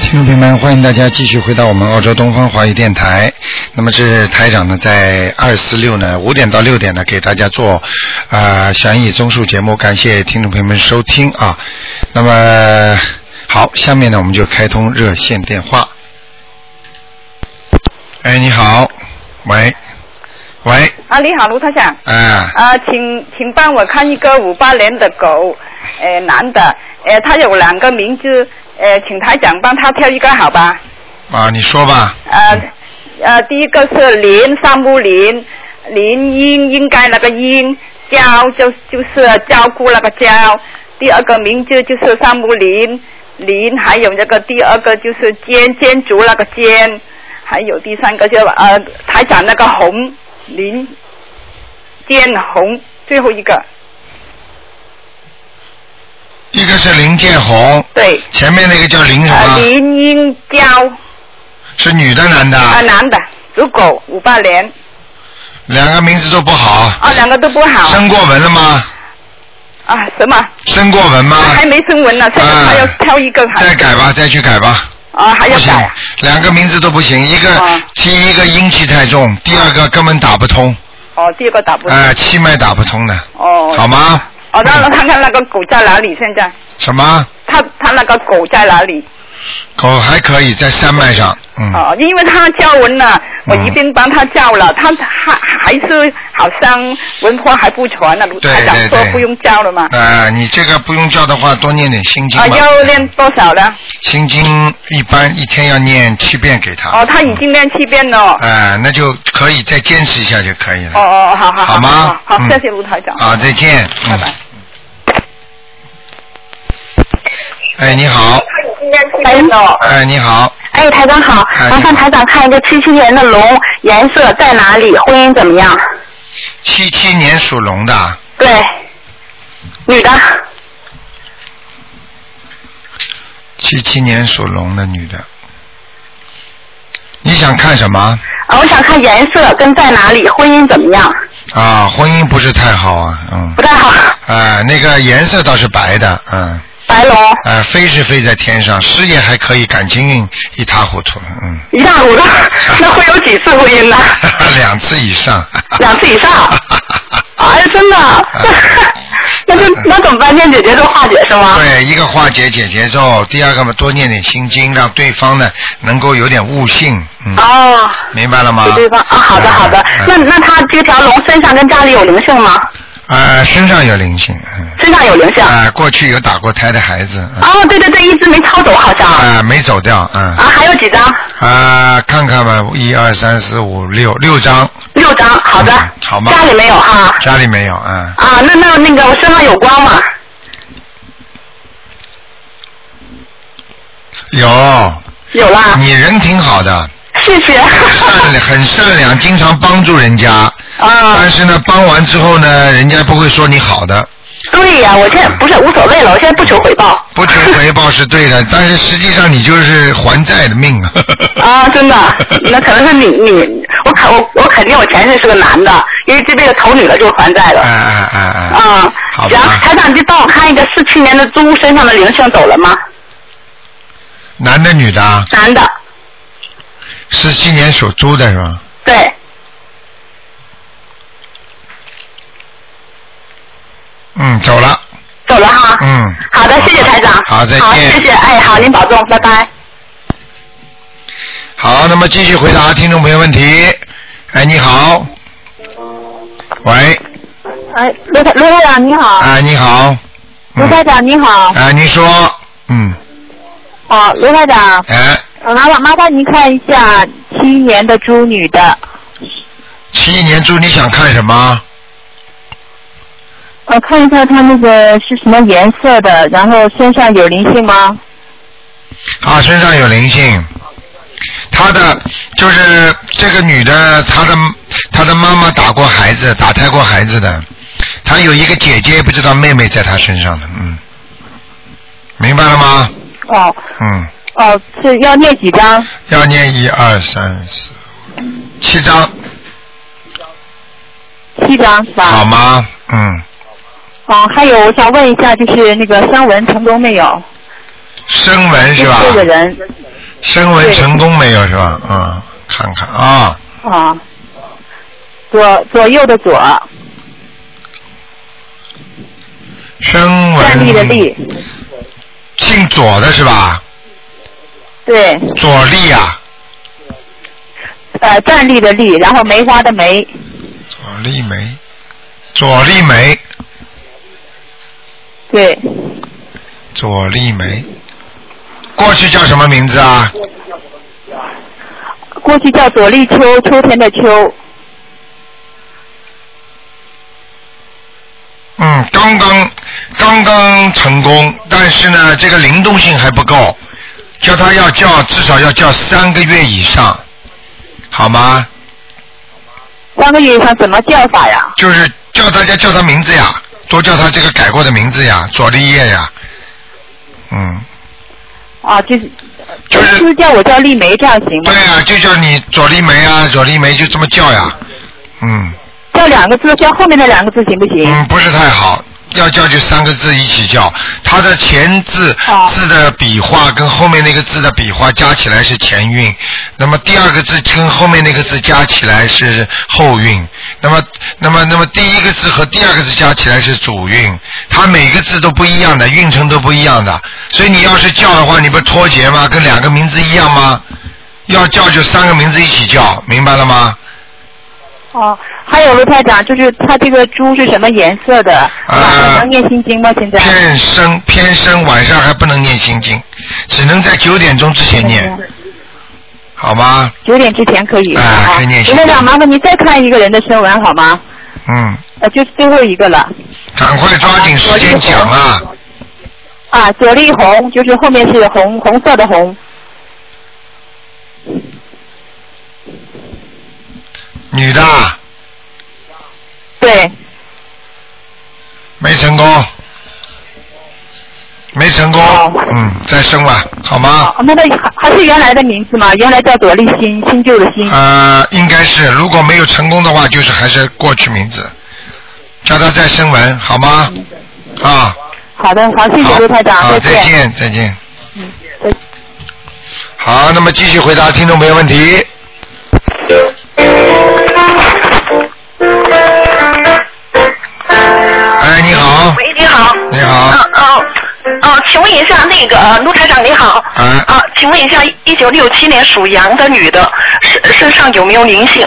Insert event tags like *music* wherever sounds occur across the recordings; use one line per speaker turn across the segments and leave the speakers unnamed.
听众朋友们，欢迎大家继续回到我们澳洲东方华语电台。那么这台长呢，在二四六呢五点到六点呢，给大家做啊悬疑综述节目，感谢听众朋友们收听啊。那么好，下面呢我们就开通热线电话。哎，你好，喂，喂，
啊，你好，卢台长。
哎，
啊，请请帮我看一个五八年的狗，呃，男的，呃，他有两个名字，呃，请台长帮他挑一个好吧？
啊，你说吧，
呃，呃，第一个是林三木林，林应应该那个应，娇就就是照顾那个娇，第二个名字就是三木林，林还有那个第二个就是尖尖竹那个尖，还有第三个就是呃台长那个红林，尖红最后一个
一个是林建红，
对，
前面那个叫林什
呃
么？
林英娇
是女的男的？
啊、呃男的，属狗五八年，
两个名字都不好，
啊、两个都不好
生过文了吗？
啊什么？
生过文吗？
还没升文呢，
啊
现在他要挑一个还
再改吧，再去改吧。
啊还要
不行
改啊，
两个名字都不行，一个、
啊
第一个阴气太重，第二个根本打不通，
哦，第二个打不
哎、气脉打不通的，
哦
好吗？
哦，那那看看那个狗在哪里？现在
什么
他他那个狗在哪里？
狗还可以在山脉上，嗯，
哦，因为他叫文了，我
嗯
一边帮他叫了，他还还是好像文化还不啊全呢。
对
台长
对
说
对
不用叫了嘛。
呃，你这个不用叫的话，多念点心经啊
啊，
吧。
要练多少呢？
心经一般一天要念七遍给他。
哦，他已经练七遍了。
哎、那就可以再坚持一下就可以了。
哦哦，好好
好吗
好，好
嗯
谢谢卢台长。
啊，再见。
拜
嗯
拜。
哎，你好。
哎，
哎，你好。
哎，台长好，
哎
麻烦台长看一个七七年的龙颜色在哪里，婚姻怎么样？
七七年属龙的，
对，女的，
七七年属龙的女的，你想看什么？
啊，我想看颜色跟在哪里，婚姻怎么样？
啊，婚姻不是太好啊，嗯
不，太好，
啊，那个颜色倒是白的，嗯，
白龙
啊，飞是飞在天上，事业还可以，感情运一塌糊涂，嗯， *laughs*
一塌糊涂，那会有几次婚姻呢？
两次以上， *laughs*
两次以上哎，真的， *laughs* 那就那怎么办？念姐姐都化解是吗？
对，一个化解解节奏，第二个嘛，多念点心经，让对方呢能够有点悟性，嗯，
哦，
明白了吗？
给对方啊，好的好的
哎，
那那他这条龙身上跟家里有灵性吗？
呃，身上有灵性，嗯，
身上有灵性。
啊、过去有打过胎的孩子，嗯
哦，对对对，一直没抄走好像。
啊、没走掉，嗯，
啊，还有几张？
啊、看看吧，一二三四五六六张，
六张，好的。
嗯好吗
家里没有啊？
家里没有，嗯，
啊，那那那个我身上有光吗？啊
有，
有啦。
你人挺好的，
谢
*laughs*
谢。
善良，很善良，经常帮助人家，但
啊，
是呢，帮完之后呢，人家不会说你好的，
对呀、我现在不是无所谓了，我现在不求回报。
不求回报是对的，但是实际上你就是还债的命啊。
*laughs* 啊，真的，
*laughs*
那可能是你你我肯我我肯定我前世是个男的，因为这辈子投女了就是还债
哎
了。
哎哎哎，
啊，
好
行，
吧，
台长，就帮我看一个四七年的猪身上的灵性走了吗？
男的女的啊，
男的，
十七年属猪的是吧？
对，
嗯，走了。
走了哈。
嗯。
好的，谢谢台长。
好，再见。
好，谢谢，哎，好，您保重，拜拜。
好，那么继续回答听众朋友问题。哎，你好。喂，
哎，罗台罗台长你好，
哎，你好。
罗台
嗯。
长你好，
哎，你说，嗯，
好，罗哦台长，
哎，
呃麻烦麻烦您看一下七一年的猪女的，
七一年猪你想看什么？
呃，看一下她那个是什么颜色的，然后身上有灵性吗？
啊，身上有灵性。她的就是这个女的，她的她的妈妈打过孩子，打胎过孩子的。她有一个姐姐，不知道妹妹在她身上的，嗯，明白了吗？
哦
嗯。
哦，是要念几张？
要念一二三四五七章，
七张是吧？
好吗？嗯，
哦，还有我想问一下，就是那个香文成功没有？
声纹是吧？
这个人
声纹成功没有是吧？嗯，看看啊，
啊，左左右的左，
声纹。
站立的立，
姓左的是吧？
对，
左立啊，
呃，站立的立，然后梅花的梅，
左立梅，左立梅，
对，
左立梅，过去叫什么名字啊？
过去叫左立秋，秋天的秋，
嗯，刚刚刚刚成功，但是呢，这个灵动性还不够，叫他要叫至少要叫三个月以上，好吗？
三个月以上怎么叫法呀？
就是叫大家叫他名字呀，多叫他这个改过的名字呀，左立叶呀，嗯，
啊，就是
就是
就是叫我叫丽梅，这样行吗
对？呀、就叫你左立梅啊，左立梅就这么叫呀，嗯
叫两个字，叫后面那两个字行不行？
嗯，不是太好。要叫就三个字一起叫，它的前字
好
字的笔画跟后面那个字的笔画加起来是前韵，那么第二个字跟后面那个字加起来是后韵，那么那么那么第一个字和第二个字加起来是主韵，它每个字都不一样的，韵程都不一样的，所以你要是叫的话，你不脱节吗？跟两个名字一样吗？要叫就三个名字一起叫，明白了吗？
哦，还有卢台长，就是他这个猪是什么颜色的？
啊
晚上能念心经吗？现在？
偏生偏生，晚上还不能念心经，只能在九点钟之前念，好吗？
九点之前可以。
啊
好
可以念心
卢台长，麻烦您再看一个人的声纹好吗？
嗯，
呃，就是最后一个了。
赶快抓紧时间讲啊！
啊，左立红，就是后面是红红色的红。
女的啊
对，
没成功，没成功
哦，
嗯，再生吧，好吗？
哦，那他还还是原来的名字吗？原来叫左立新，新旧的新。
呃，应该是，如果没有成功的话，就是还是过去名字，叫她再生文，好吗？啊，
好的，好，谢
好
谢卢台长，
好，
再
再
见。嗯
见，再见。
再见
好，那么继续回答听众朋友问题。哎，你好，
喂，你好。
你好
嗯嗯嗯，请问一下，那个呃陆台长你好。
哎
啊，请问一下，一九六七年属羊的女的身身上有没有灵性？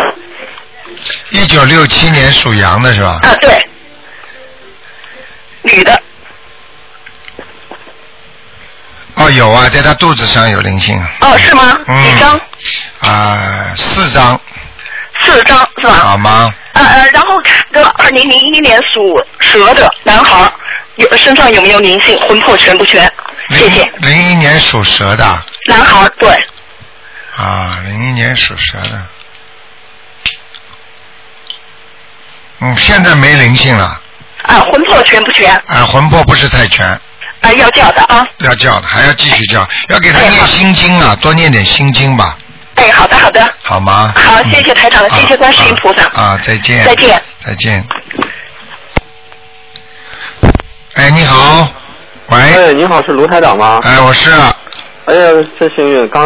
一九六七年属羊的是吧？
嗯
啊，对。女的，
哦，有啊，在他肚子上有灵性。
哦，是吗？
嗯
几张？
啊，四张，
四张是吧？
好吗？
呃呃，然后这二零零一年属蛇的男孩儿，有身上有没有灵性？魂魄全不全？谢
零
谢。
零一年属蛇的
男孩儿对，
啊，零一年属蛇的。嗯，现在没灵性了，
啊，魂魄全不全？
啊，魂魄不是太全，
啊，要叫的啊。
要叫的，还要继续叫，要给他念心经啊，多念点心经吧，
哎，好的好的。
好吗？
好谢谢台长
嗯
谢谢观世音菩萨
啊啊，再见。
再见。
再见。哎，你好，喂，
哎，你好，是卢台长吗？
哎，我是啊，。
哎呀，真幸运，刚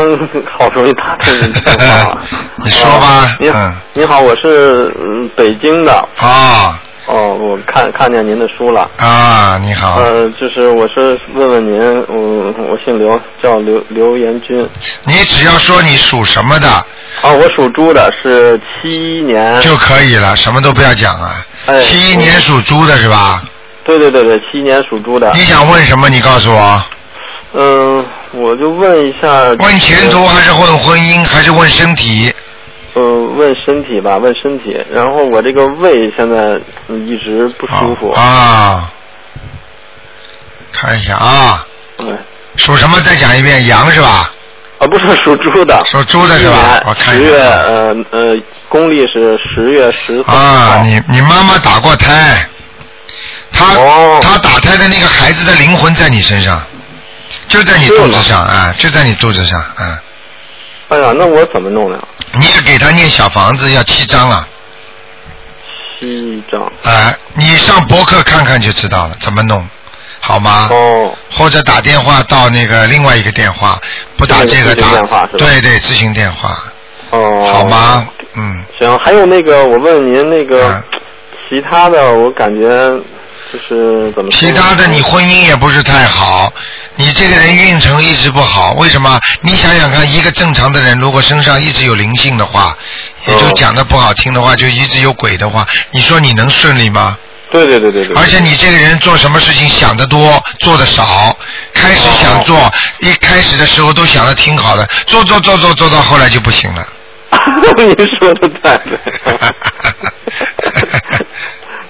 好不容易打通嗯你的电话
*laughs* 你说吧
你
嗯
你好，我是嗯北京的。
啊、
哦，我看看见您的书了。
啊，你好，
呃，就是我是问问您，我我姓刘，叫刘刘延军。
你只要说你属什么的
啊，我属猪的，是七一年。
就可以了，什么都不要讲啊。
哎
七一年属猪的是吧？
对对对对，七一年属猪的。
你想问什么？你告诉我，
嗯、我就问一下。
问前途还是问婚姻，还是问身体？
呃，问身体吧，问身体。然后我这个胃现在嗯一直不舒服。
啊。啊看一下啊，
嗯。
属什么？再讲一遍，羊是吧？
啊，不是属猪的，
属猪的是吧我看
十
一下
月，呃呃，公历是十月十三
啊，
号。
你你妈妈打过胎，她、
哦
她打胎的那个孩子的灵魂在你身上，就在你肚子上啊，就在你肚子上啊。
哎呀，那我怎么弄呀？
你也给他念小房子要七张了，
七张。
啊呃啊、你上博客看看就知道了怎么弄。好吗？
哦，
或者打电话到那个另外一个电话，不打这个
这个咨询
打
电话是吧
对对咨询电话，
哦，
好？吗？嗯，
行，还有那个，我问您那个、嗯
啊
其他的，我感觉就是怎么说呢
其他的你婚姻也不是太好，你这个人运程一直不好，为什么？你想想看，一个正常的人如果身上一直有灵性的话，也就
哦
讲的不好听的话，就一直有鬼的话，你说你能顺利吗？
对对对对对，
而且你这个人做什么事情想得多，做的少。开始想做，一开始的时候都想的挺好的，做做做做做到后来就不行了。
*laughs* 您说的太对了。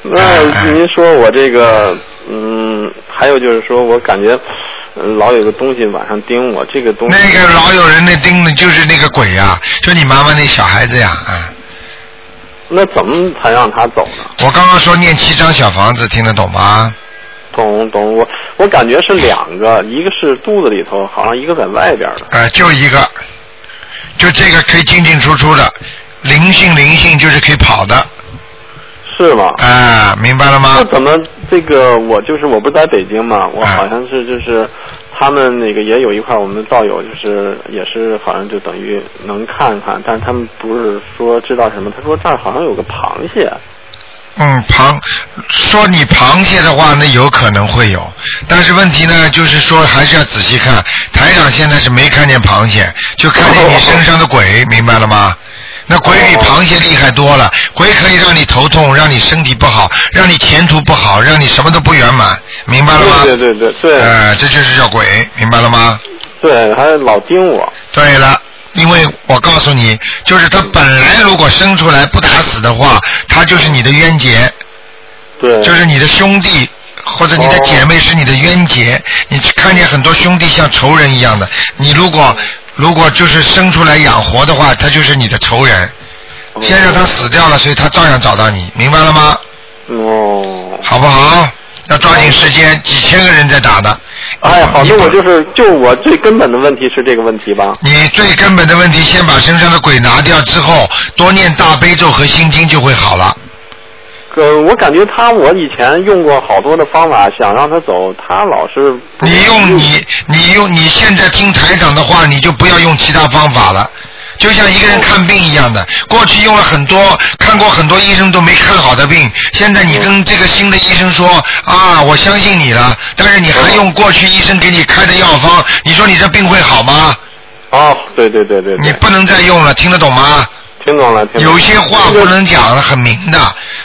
那您说我这个，嗯，还有就是说我感觉嗯老有个东西晚上盯我，这个东西
那个老有人那盯的就是那个鬼呀、就你妈妈那小孩子呀，啊、
那怎么才让他走呢？
我刚刚说念七张小房子，听得懂吗？
懂懂，我我感觉是两个，一个是肚子里头，好像一个在外边的。
呃，就一个，就这个可以进进出出的，灵性灵性就是可以跑的，
是吗？
啊、明白了吗
那？怎么这个我就是我不是在北京嘛，我
啊
好像是就是他们那个也有一块我们道友就是也是好像就等于能看看，但是他们不是说知道什么，他说这儿好像有个螃蟹，
嗯，螃说你螃蟹的话，那有可能会有，但是问题呢，就是说还是要仔细看。台长现在是没看见螃蟹，就看见你身上的鬼，明白了吗？那鬼比螃蟹厉害多了，鬼可以让你头痛，让你身体不好，让你前途不好，让你什么都不圆满，明白了吗？
对对对对对、
呃，这就是叫鬼，明白了吗？
对，还老盯我，
对了，因为我告诉你，就是他本来如果生出来不打死的话，他就是你的冤结，
对，
就是你的兄弟或者你
哦
的姐妹是你的冤结。你看见很多兄弟像仇人一样的，你如果如果就是生出来养活的话，他就是你的仇人。先让他死掉了，所以他照样找到你，明白了吗？
哦，
好不好？要抓紧时间，几千个人在打呢。
哎呀，好，
你
那
不
我就是就我最根本的问题是这个问题吧？
你最根本的问题，先把身上的鬼拿掉之后，多念大悲咒和心经就会好了。
呃，我感觉他我以前用过好多的方法想让他走，他老是不
你用你你用你现在听台长的话，你就不要用其他方法了。就像一个人看病一样的，过去用了很多，看过很多医生都没看好的病。现在你跟这个新的医生说啊，我相信你了，但是你还用过去医生给你开的药方，你说你这病会好吗？
哦，对对对对对，
你不能再用了，听得懂吗？
听懂了，听懂了。
有些话不能讲的很明的，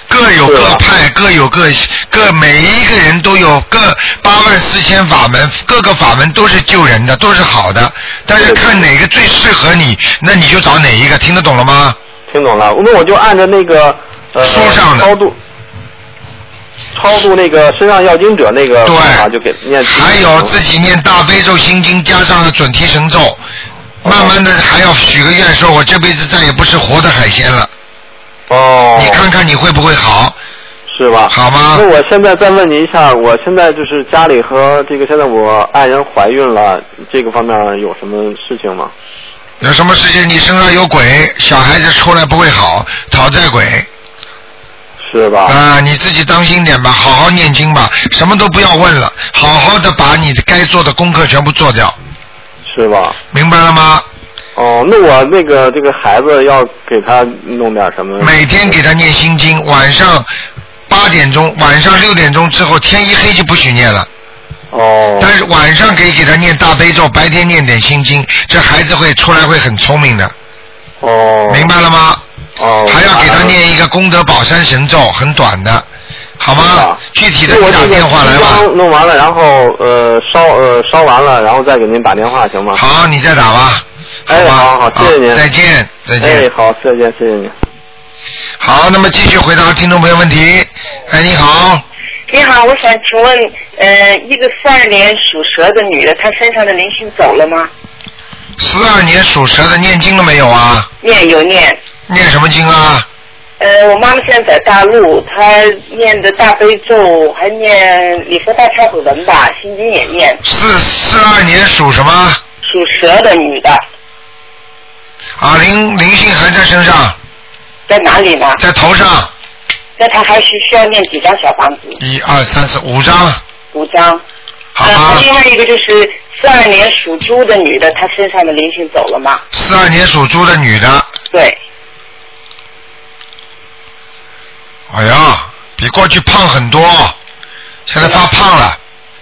各有
啊
各派，各有各各每一个人都有各八万四千法门，各个法门都是救人的，都是好的。但是
对对
看哪个最适合你，那你就找哪一个，听得懂了吗？
听懂了，那我就按照那个呃
书上的
超度，超度那个身上要经者那个
对
方法就给念经。
还有自己念大悲咒心经，加上准提神
哦
咒，慢慢的还要许个愿，说我这辈子再也不吃活的海鲜了。
哦，
你看看你会不会好？
是吧？
好吗
那我现在再问您一下，我现在就是家里和这个现在我爱人怀孕了，这个方面有什么事情吗？
有什么事情你身上有鬼，小孩子出来不会好，讨债鬼。
是吧？
啊、你自己当心点吧，好好念经吧，什么都不要问了，好好的把你该做的功课全部做掉，
是吧？
明白了吗？
哦，那我那个这个孩子要给他弄点什么？
每天给他念心经，晚上八点钟，晚上六点钟之后，天一黑就不许念了。
哦，
但是晚上可以给他念大悲咒，白天念点心经，这孩子会出来会很聪明的，
哦，
明白了吗？
哦，
还要给他
明白了
念一个功德宝山神咒，很短的，好
是
吗
的？
具体的
那
你
我
打
这个
电话来吧。
弄完了，然后呃烧呃烧完了，然后再给您打电话行吗？
好，你再打吧。
哎
吧
好好谢谢您
再见，再见。
哎，好，再见，谢谢您。
好，那么继续回答听众朋友问题。哎，你好，
你好，我想请问，呃，一个四二年属蛇的女的，她身上的灵性走了吗？
四二年属蛇的念经了没有啊？
念有念。
念什么经啊？
呃，我妈妈现在在大陆，她念的大悲咒，还念礼佛大忏悔文吧，心经也念。
四四二年属什么？
属蛇的女的
啊，灵灵性还在身上，
在哪里呢？
在头上，
那她还是需要念几张小房子？
一二三四五张，
五张。
好
然
吗
呃后？另外一个就是四二年属猪的女的，她身上的灵性走了吗？
四二年属猪的女的，
对，
哎呀，比过去胖很多，现在发胖了，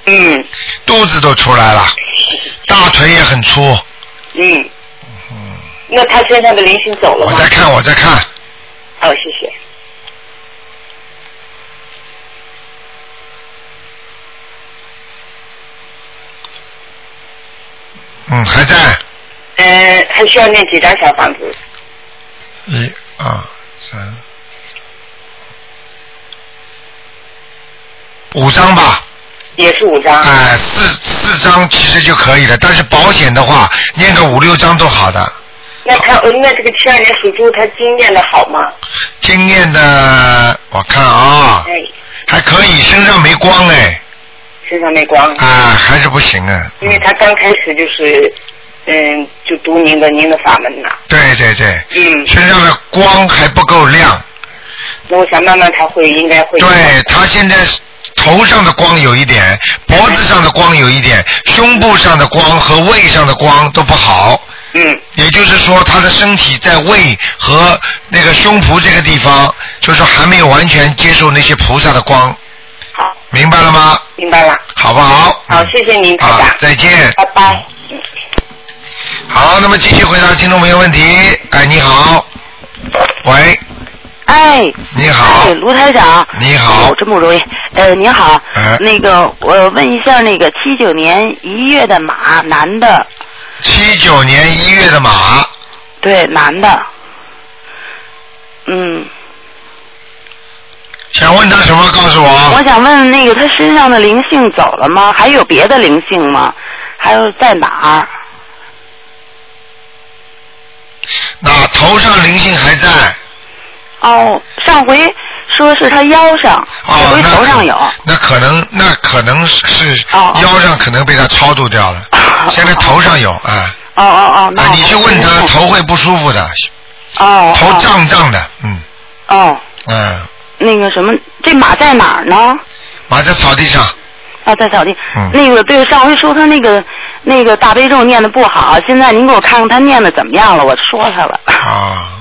嗯
肚子都出来了，大腿也很粗。
嗯。那她身上的灵性走了
我
吗？
在看，我在看，
哦，谢谢。
嗯，还在
嗯，还需要念几张小房子？
一二三五张吧，
也是五张。
哎、四四张其实就可以了。但是保险的话，念个五六张都好的。
那她，呃那这个七二年属猪，她经验的好吗？
经验的，我看啊、
哎，
还可以，身上没光哎，
身上没光。
啊、还是不行啊。
因为他刚开始就是，嗯，就读您的您的法门呐，
对对对，
嗯，
身上的光还不够亮，
那我想慢慢他会应该会，
对他现在头上的光有一点，脖子上的光有一点，胸部上的光和胃上的光都不好。
嗯
也就是说，他的身体在胃和那个胸脯这个地方，就是还没有完全接受那些菩萨的光。
好，
明白了吗？
明白了，
好不好？
好，谢谢您，台
嗯好
长，，
再见。
拜拜。
好，那么继续回答听众朋友问题。哎，你好，喂，
哎，
你好
哎，，卢台长，
你好
哦，真不容易。呃，您好，
哎
那个我问一下，那个七九年一月的马，男的，
七九年一月的马，
对，男的，嗯，
想问他什么？告诉
我
我。
想问那个他身上的灵性走了吗？还有别的灵性吗？还有在哪儿？
那头上灵性还在，
哦，上回说是他腰上，这
哦
回，
那
头上有。
那可能，那可能是
哦哦
腰上可能被他超度掉了，现在头上有啊
哦哦哦，那
啊！你去问他，
我
头会不舒服的，
哦
头
哦
胀胀的，嗯
哦，
嗯，
那个什么，这马在哪儿呢？
马在草地上，
啊，在扫地。
嗯
那个对，上回说他那个那个大悲咒念的不好，现在您给我看看他念的怎么样了，我说他了，
啊，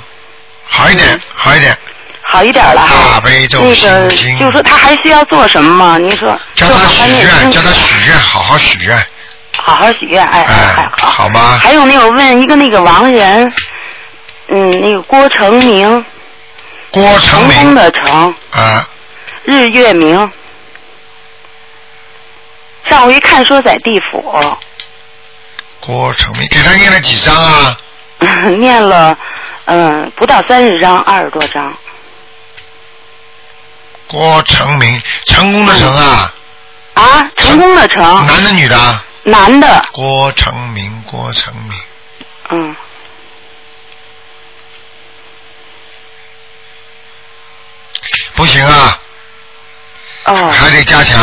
好一点，好一点，
*laughs* 嗯好一点了哈。
大悲咒
那
心
个
经
就说他还需要做什么吗？您说，
叫
就
他
好好
许
念
愿，
经
叫他许愿，好好许愿，
好好许愿，哎，
哎
哎，
好吗？
还有那个问一个那个王人，嗯，那个郭成明，
郭
成
成
功
明
的成，
啊，
日月明。上回看说在地府， *laughs*
郭成明给他念了几张啊？
念了嗯、不到三十章，二十多章。
郭成明，成功的成啊，
啊，成功的成，
男的女的啊？
男的，
郭成明，郭成明，
嗯，
不行啊，
哦，
还得加强，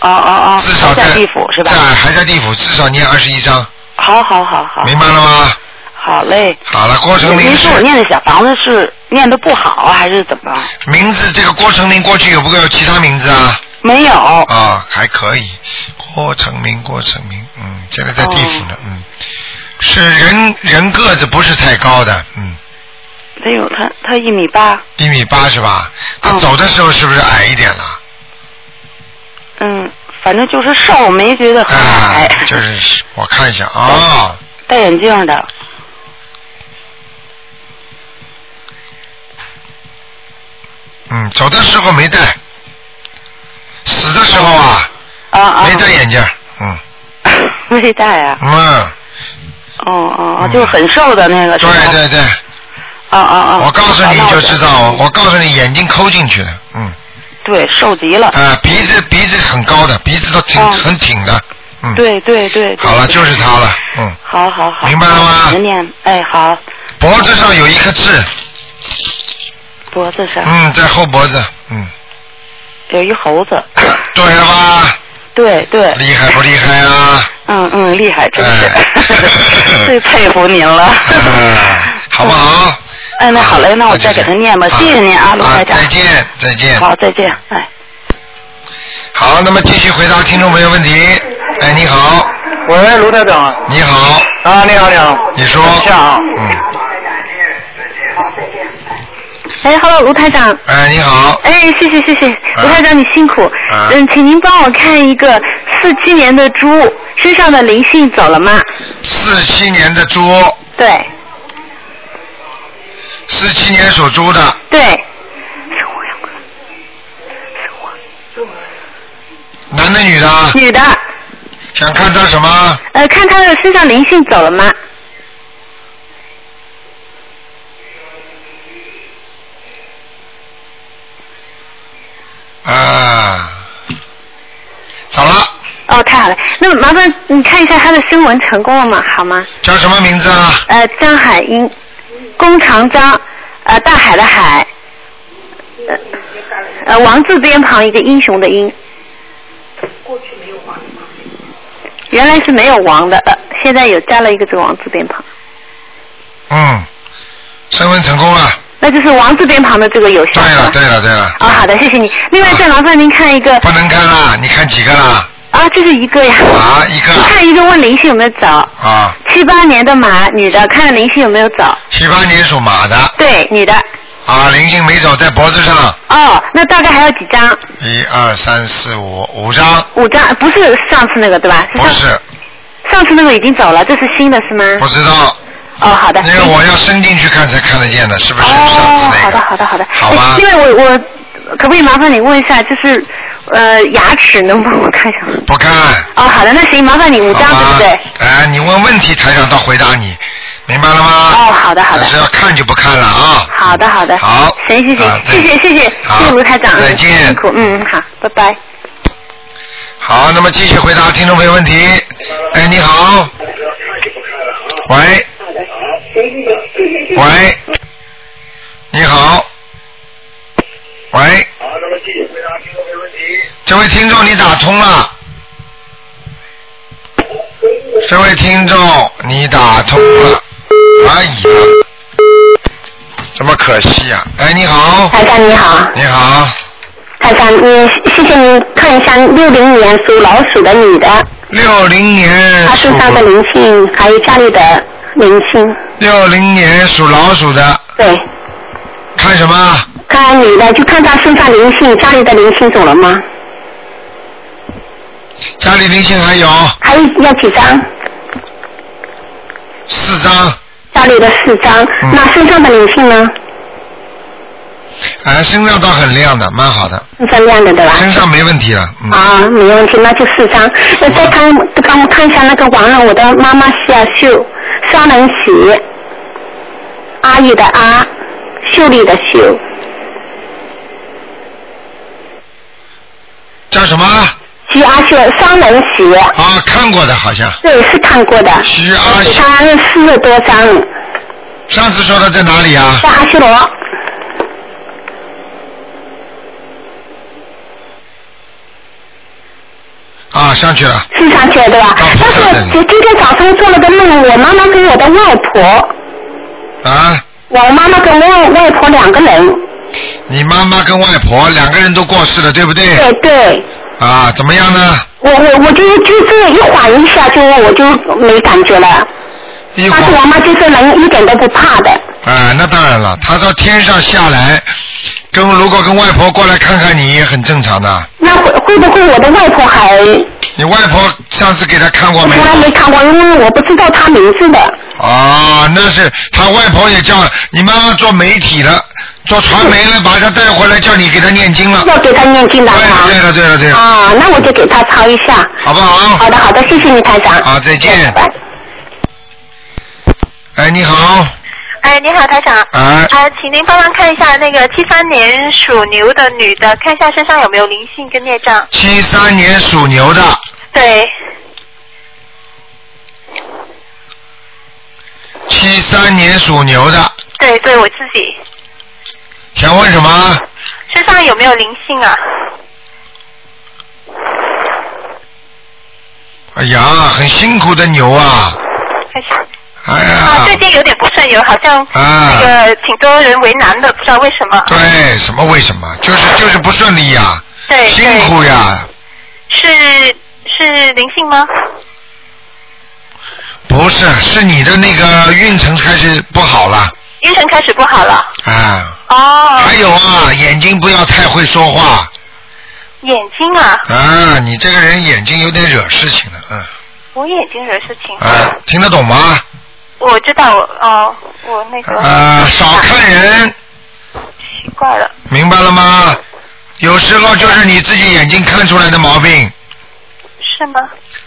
哦哦哦，
至少
在
在
地府是吧
在？还在地府，至少念二十一章，
好好好好，
明白了吗？
好嘞。
好了，郭成明
您
是
说我念的小房子是念的不好啊还是怎么？
名字，这个郭成明过去有没有其他名字啊？
没有，
啊，还可以，郭成明，郭成明，嗯，现在在地府
哦
呢，嗯，是人人个子不是太高的，嗯，
得有他他一米八，
一米八是吧？他
嗯
走的时候是不是矮一点了？
嗯，反正就是瘦，没觉得很
啊
哦矮，， *laughs*
就是我看一下啊，
戴眼镜的，
嗯，走的时候没戴，死的时候啊
啊啊，
没戴眼镜，嗯
*laughs* 没戴啊，
嗯，
哦哦哦
嗯，
就是很瘦的那个，是吧
对，对对，
啊啊啊，
我告诉你
啊那
就
我
知道，哦我告诉你眼睛抠进去的，嗯，
对，瘦极了，
啊，鼻子鼻子很高的，鼻子都挺
哦
很挺的，嗯，
对对对，对
好了，就是他了，嗯，
好好好，
明白了吗
我念，哎，好，
脖子上有一颗痣，
啊脖子上
嗯，在后脖子，嗯，
有一猴子，
对了吧？
对对，
厉害不厉害
*laughs*
啊？
嗯嗯，厉害，真是，
哎
*laughs* 最佩服您了。
*laughs* 嗯好不好？
哎，那好嘞，那啊
啊
我再给他念吧，谢谢您啊，卢台长
再。见，再见。
好，再见，哎。
好，那么继续回答听众朋友问题。哎，你好，
喂，卢台长。
你好，
啊，你好，你好。
你说。
等一下啊。
嗯。
哎，Hello，卢台长。
哎，你好。
哎，谢谢谢谢，卢台长你辛苦。
啊
嗯，请您帮我看一个四七年的猪身上的灵性走了吗？
四七年的猪，
对
四七年属猪的，
对，
男的女的？
女的。
想看他什么？
呃，看他的身上灵性走了吗？
啊，走了。
哦，太好了，那么麻烦你看一下他的新闻成功了吗？好吗？
叫什么名字啊？
呃，张海英，弓长张，呃，大海的海，呃，呃，王字边旁一个英雄的英。原来是没有王的，呃，现在有加了一个这个王字边旁，
嗯，升温成功了。
那就是王字边旁的这个有效
对了，
吗？
对了，啊对了。
哦，好的，谢谢你。另外再麻烦您看一个
不能看了，你看几个了？
啊，这是一个呀。
啊，一个
我看一个问灵性有没有走？
啊，
七八年的马，女的，看灵性有没有走？
七八年属马的
对，女的。
啊，灵性没走在脖子上，
哦，那大概还有几张？
一二三四五五张，
五张，不是上次那个对吧？是
不
上
是
上次那个已经走了，这是新的是吗？
不知道，
哦，好的。
因为我要伸进去看才看得见的，是不是？
哦，好的，好的，好的。
好吧
哎因为我我可不可以麻烦你问一下，就是呃牙齿能帮我看一下吗？
不看，
哦，好的，那行，麻烦你五张
好
对
吧
不对？？
哎，你问问题，台长到回答你，明白了吗？
哦，好的，好的
啊但，是要看就不看了啊。
好的，好的。
好
行行
啊
行，谢谢谢谢谢谢卢台长，
再见
嗯辛苦，嗯嗯，好，拜拜。
好，那么继续回答听众朋友问题。哎，你好。喂。喂。你好。喂。这位听众，你打通了。这位听众，你打通了。哎呀，这么可惜呀、哎，你好。
台长你好，
你好，
台长，你谢谢您看一下六零年属老鼠的女的，
六零年
她
属
身上的灵性，还有家里的灵性，
六零年属老鼠的。
对。
看什么？
看女的就看她身上灵性，家里的灵性走了吗？
家里灵性还有
还有要几张？
四张，
家里的四张，
嗯
那身上的灵性呢？
哎，身上倒很亮的，蛮好的，
身上亮的对吧？
身上没问题了。嗯，
啊，没问题，那就四张。那再看，帮我看一下那个完了，我的妈妈夏秀，双人喜，阿姨的阿，秀丽的秀，
叫什么？
徐阿秀，双人喜。
啊，看过的好像。
对，是看过的。
徐阿秀。
他四十多张，
上次说的在哪里啊？
在阿修罗。
啊，上去了。
是上去了对
啊
吧？但是我今天早上做了个梦，我妈妈跟我的外婆，
啊，
我妈妈跟外外婆两个人，
你妈妈跟外婆两个人都过世了，对不对？
对对，
啊，怎么样呢？
我我我就就这一晃一下就我就没感觉了，
一
但是我妈就是人一点都不怕的，
啊，那当然了，他到天上下来，跟如果跟外婆过来看看你也很正常的。
那会会不会我的外婆还
你外婆上次给他看过没
从
有？
来没看过，因为我不知道她名字的。
哦，那是他外婆也叫你妈妈做媒体了，做传媒了，把他带回来叫你给他念经了。
要给他念经的啊。
对了对了对了，
啊，那我就给他抄一下。
好不好？
好的好的，谢谢你台长。
好，再见。哎，你好，
哎，你好，台长。
哎
啊，请您帮忙看一下那个七三年属牛的女的，看一下身上有没有灵性跟孽障。
七三年属牛的，
对，
七三年属牛的，
对，对我自己
想问什么？
身上有没有灵性啊？
哎呀，很辛苦的牛啊，
看一下。
哎呀，
啊，最近有点不顺有好像
啊
那个挺多人为难的，不知道为什么。
对，什么为什么？就是就是不顺利呀、
对，
辛苦呀，
是是灵性吗？
不是，是你的那个运程开始不好了
运程开始不好了，
啊。
哦。
还有啊，眼睛不要太会说话
眼睛啊，
啊，你这个人眼睛有点惹事情了，嗯、
我眼睛惹事情，
啊，听得懂吗？
我知道我哦，我那个
啊，少看人，
奇怪了，
明白了吗？有时候就是你自己眼睛看出来的毛病，
是吗？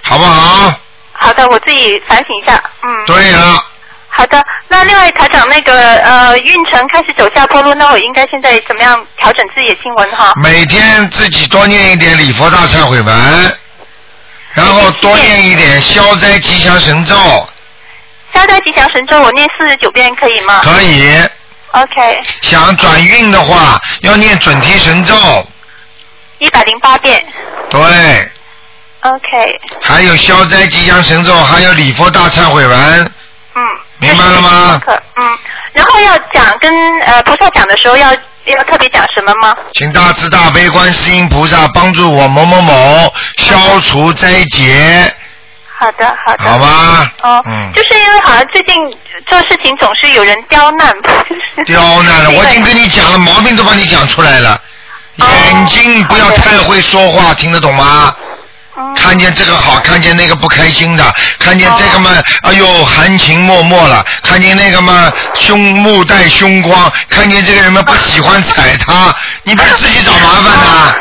好不
嗯
好？
好的，我自己反省一下。嗯，
对了，
好的。那另外台长那个呃运程开始走下坡路，那我应该现在怎么样调整自己的经文哈？
每天自己多念一点礼佛大忏悔文，然后多念一点消灾吉祥神咒，
消灾吉祥神咒我念四十九遍可以吗？
可以。
OK，
想转运的话，要念准提神咒，
一百零八遍。
对，
OK，
还有消灾吉祥神咒，还有礼佛大忏悔文，
嗯。
明白了
*laughs*
吗？
可嗯，然后要讲跟呃菩萨讲的时候要要特别讲什么吗？
请大慈大悲观世音菩萨帮助我某某某消除灾劫，
好的，好的。
好吗？
哦，
嗯
就是因为好像最近做事情总是有人刁难， *laughs* 就是
刁难了，我已经跟你讲了，毛病都帮你讲出来了。眼睛不要太会说话，听得懂吗？
嗯
看见这个好，看见那个不开心的，看见这个嘛，哎呦含情脉脉了，看见那个嘛胸目带凶光，看见这个人嘛不喜欢踩他，你不是自己找麻烦啊呐、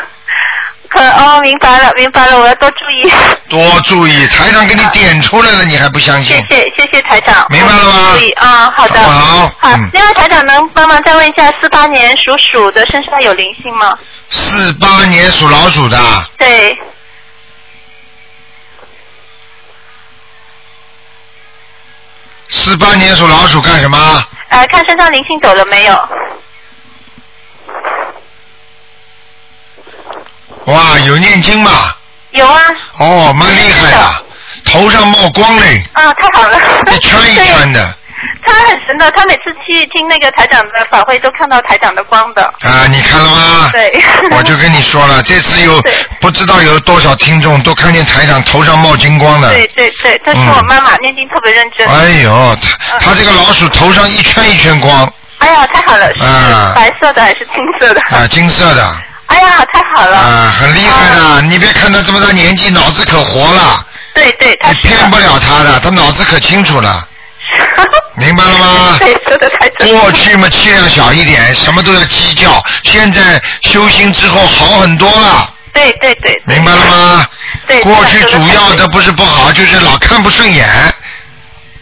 可哦，明白了，明白了，我要多注意。
多注意，台上给你点出来了，你还不相信？
谢谢谢谢台长，
明白了吗
我注意啊，好的。
好不好嗯
另外台长能帮忙再问一下，四八年属鼠的身上有灵性吗？
四八年属老鼠的，
对，
四八年属老鼠干什么？
呃，看身上灵性走了没有？
哇，有念经嘛？
有啊，
哦，蛮厉害的，头上冒光嘞，
啊，太好了。
一圈一圈的
他很神的，他每次去听那个台长的法会都看到台长的光的。
啊！你看了吗？
对。
我就跟你说
*laughs*
了，这次有不知道有多少听众都看见台长头上冒金光的。
*laughs* 对对对，但是我妈妈念经特别认真。
哎呦，
嗯
他他这个老鼠头上一圈一圈光
哎呀，太好了，是
啊
白色的还是青色的？
啊，金色的
哎呀，太嗯好了！嗯
啊，很厉害的。你别看他这么大年纪，脑子可活了，
对对，他
你骗不了他的，他脑子可清楚了。明白了
*laughs*
吗？过去嘛气量小一点，什么都要计较。现在修心之后好很多了，
对对对，
明白了吗？
对
过去主要的不是不好，就是老看不顺眼。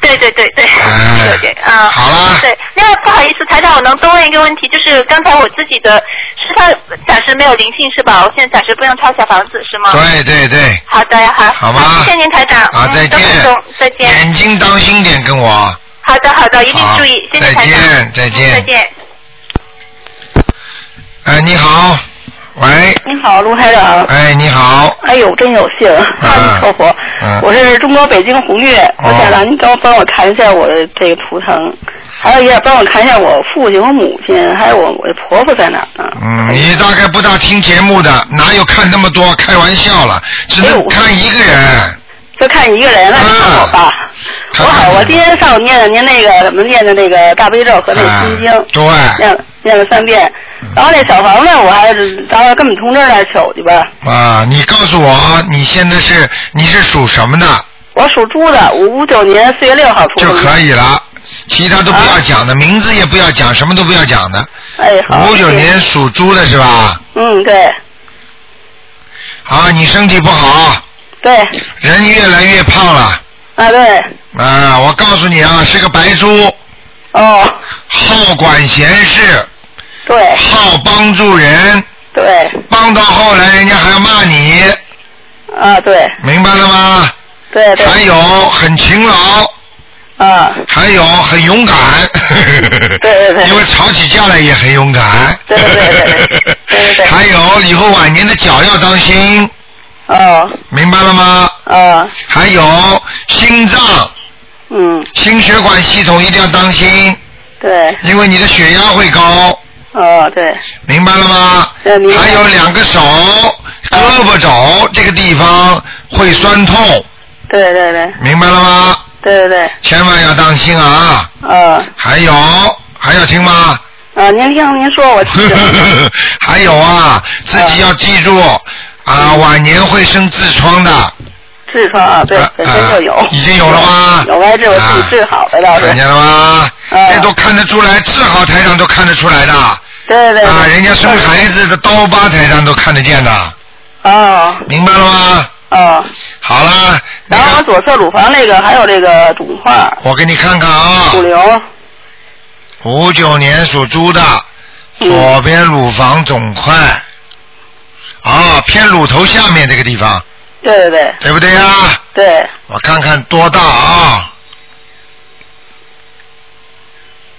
对对对对，
哎
有点啊。
好啦
对，另外不好意思，台长，我能多问一个问题，就是刚才我自己的是他暂时没有灵性是吧？我现在暂时不用抄小房子是吗？
对对对，
好的，好。
好吧
谢谢您，台长。
好
嗯
再见
多保重再
眼
见。
睛当心点，跟我。
好的，好的，一定
好
注意，谢
再
谢台长。
见再见
嗯再见。
哎，你好，喂，
你好，卢台长。
哎，你好，
哎呦，真有幸，阿 *laughs* 弥陀佛。
嗯
我是中国北京红月，卢
哦
台长，您帮帮我看一下我的这个图腾，还有也帮我看一下我父亲、我母亲，还有我我的婆婆在哪儿啊呢？
嗯，你大概不大听节目的，哪有看那么多？开玩笑了，只
哎
能看一个人。
就看一个人了，你看我
啊
吧。我好，我今天上午念的您那个怎么念的那个大悲咒和那个心经，
啊对，
念了念了三遍。
嗯
然后那小房子，我还是到时候跟我们同志那儿取去吧。
啊，你告诉我，你现在是你是属什么的
我属猪的，五五九年四月六号出
就
生的。
可以了，其他都不要讲的，名字也不要讲，什么都不要讲的。
哎，啊好。
五九
谢谢
年属猪的是吧？
嗯，对
啊，你身体不好，
对，
人越来越胖了。
啊对，
啊，我告诉你啊，是个白猪。
哦。
好管闲事。
对。
好帮助人。
对。
帮到后来，人家还要骂你。
啊，对。
明白了吗？
对对。
还有很勤劳。
啊。
还有很勇敢。对对对。因为吵起架来也很勇敢。对对对对对对。 *laughs* 还有以后晚年的脚要当心。
哦。
明白了吗？
啊。
还有心脏。
嗯。
心血管系统一定要当心。
对。
因为你的血压会高。
哦，对，
明白了吗？还有两个手、胳膊肘这个地方会酸痛，
对对对，
明白了吗？
对对对，
千万要当心啊！
嗯，
还有还要
*laughs*
听吗？
啊，您听您说，我听。
还有啊，自己要记住啊，晚年会生痔疮的，呃
痔疮啊，对，本身就有，
已经有了吗？
有啊，这啊我自己治好的倒是。
看见了吗？这都看得出来，治好台上都看得出来的。
对对对。
啊，人家生孩子的刀疤台上都看得见的，
哦
明白了吗？
哦，
好啦，
然后我左侧乳房那个还有这个肿块儿，
我给你看看啊，
肿瘤，
五九年属猪的，
嗯
左边乳房肿块，啊，偏乳头下面这个地方，
对对对，
对不对呀、
对，
我看看多大啊？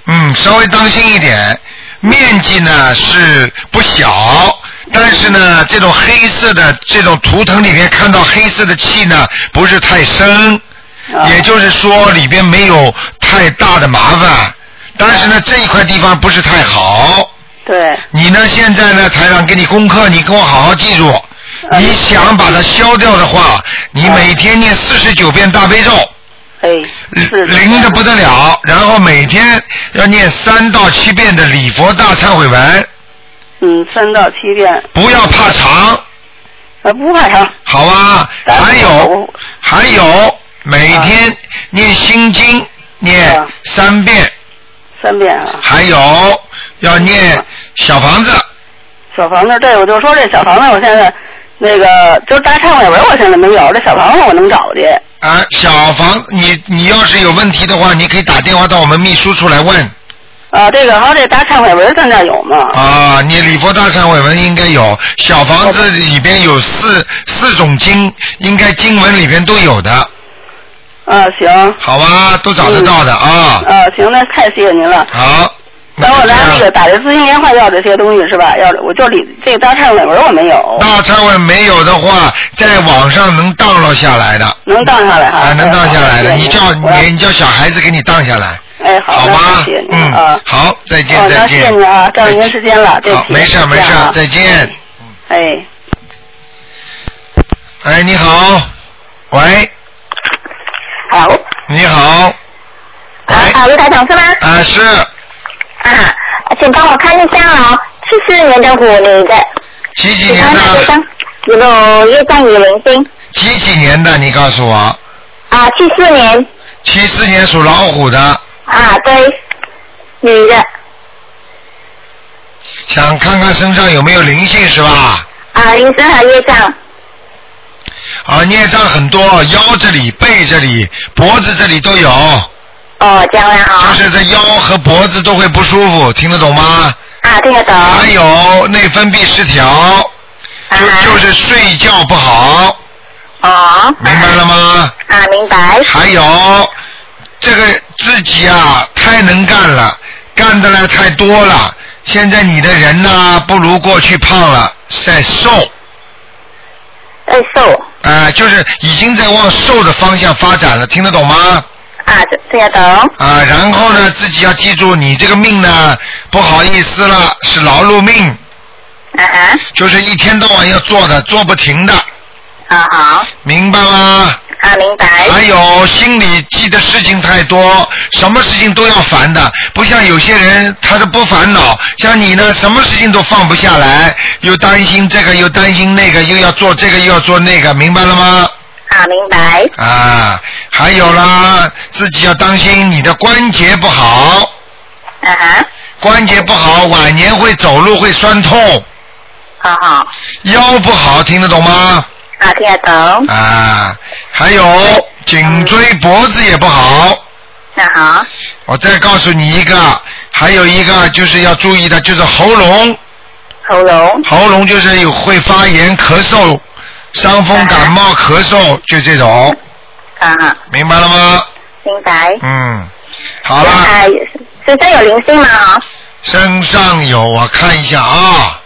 嗯，稍微当心一点。面积呢是不小，但是呢，这种黑色的这种图腾里面看到黑色的气呢，不是太深，
*laughs*
也就是说里边没有太大的麻烦。但是呢，这一块地方不是太好。
对。
你呢？现在呢，台长给你功课，你给我好好记住。
嗯
你想把它消掉的话，你每天念四十九遍大悲咒。
哎，
灵的不得了，然后每天要念三到七遍的礼佛大忏悔文，
嗯，三到七遍，
不要怕长，
呃，不怕疼，
好吧？还有还有，每
啊
天念心经念三遍，
三遍啊，
还有要念小房子，
小房子，对，我就说这小房子，我现在那个就是大忏悔文，我现在没有，这小房子我能找去。
啊，小房，你你要是有问题的话，你可以打电话到我们秘书处来问。
啊，这个还有这大忏悔文咱这儿有吗？
啊，你礼佛大忏悔文应该有，小房子里边有四四种经，应该经文里边都有的，
啊，行。
好吧，都找得到的啊。
啊，行，那太谢谢您了。
好。
等我拿那个打这咨询电话要这些东西是吧？要我就里这个大忏悔文我没有，
大忏悔没有的话，在网上能荡落下来的，
能荡下来哈。
啊，能荡下来的，
哎
你叫你你叫小孩子给你荡下来，
哎，好，那
吧
谢谢您。啊
嗯，好，再见
哦，
再
那谢谢
见，
您啊，占用您时间了，对
好
不，起。
没事没
这
事
样啊，
再见。嗯
哎，
哎，你好，喂，
好，
你好，哎
啊，卢台长是吗？
啊是，
啊，请帮我看一下哦，七四年的虎女的。
几几年的？
有没有业障与灵性？
几几年的？你告诉我。
啊，七四年
七四年属老虎的，
啊，对，女的
想看看身上有没有灵性是吧？
啊，灵性和业障
啊，孽障很多，腰这里、背这里、脖子这里都有。
哦，这样啊。
就是这腰和脖子都会不舒服，听得懂吗？
啊，听得懂。
还有内分泌失调，就就是睡觉不好。
哦。
明白了吗？
啊，明白。
还有这个自己啊，太能干了，干的呢太多了。现在你的人呢，不如过去胖了，在瘦。
在瘦。
啊、就是已经在往瘦的方向发展了，听得懂吗？
啊，听得懂。
啊，然后呢，自己要记住，你这个命呢，不好意思了，是劳碌命。就是一天到晚要做的，做不停的。
啊好。
明白吗？
啊，明白。
还有心里记的事情太多，什么事情都要烦的，不像有些人他是不烦恼，像你呢，什么事情都放不下来，又担心这个，又担心那个，又要做这个，又要做那个，明白了吗？
啊，明白。
啊，还有啦，自己要当心你的关节不好。
啊哈。
关节不好，晚年会走路会酸痛。
啊好。
腰不好，听得懂吗？
啊，听得懂。
啊，还有颈椎脖子也不好。
那好。
我再告诉你一个，还有一个就是要注意的，就是喉咙。
喉咙。
喉咙就是有会发炎、咳嗽、伤风感冒、咳嗽，就这种，
啊，
明白了吗？
明白。
嗯，好了，
哎，身上有灵性吗？
身上有，我看一下啊，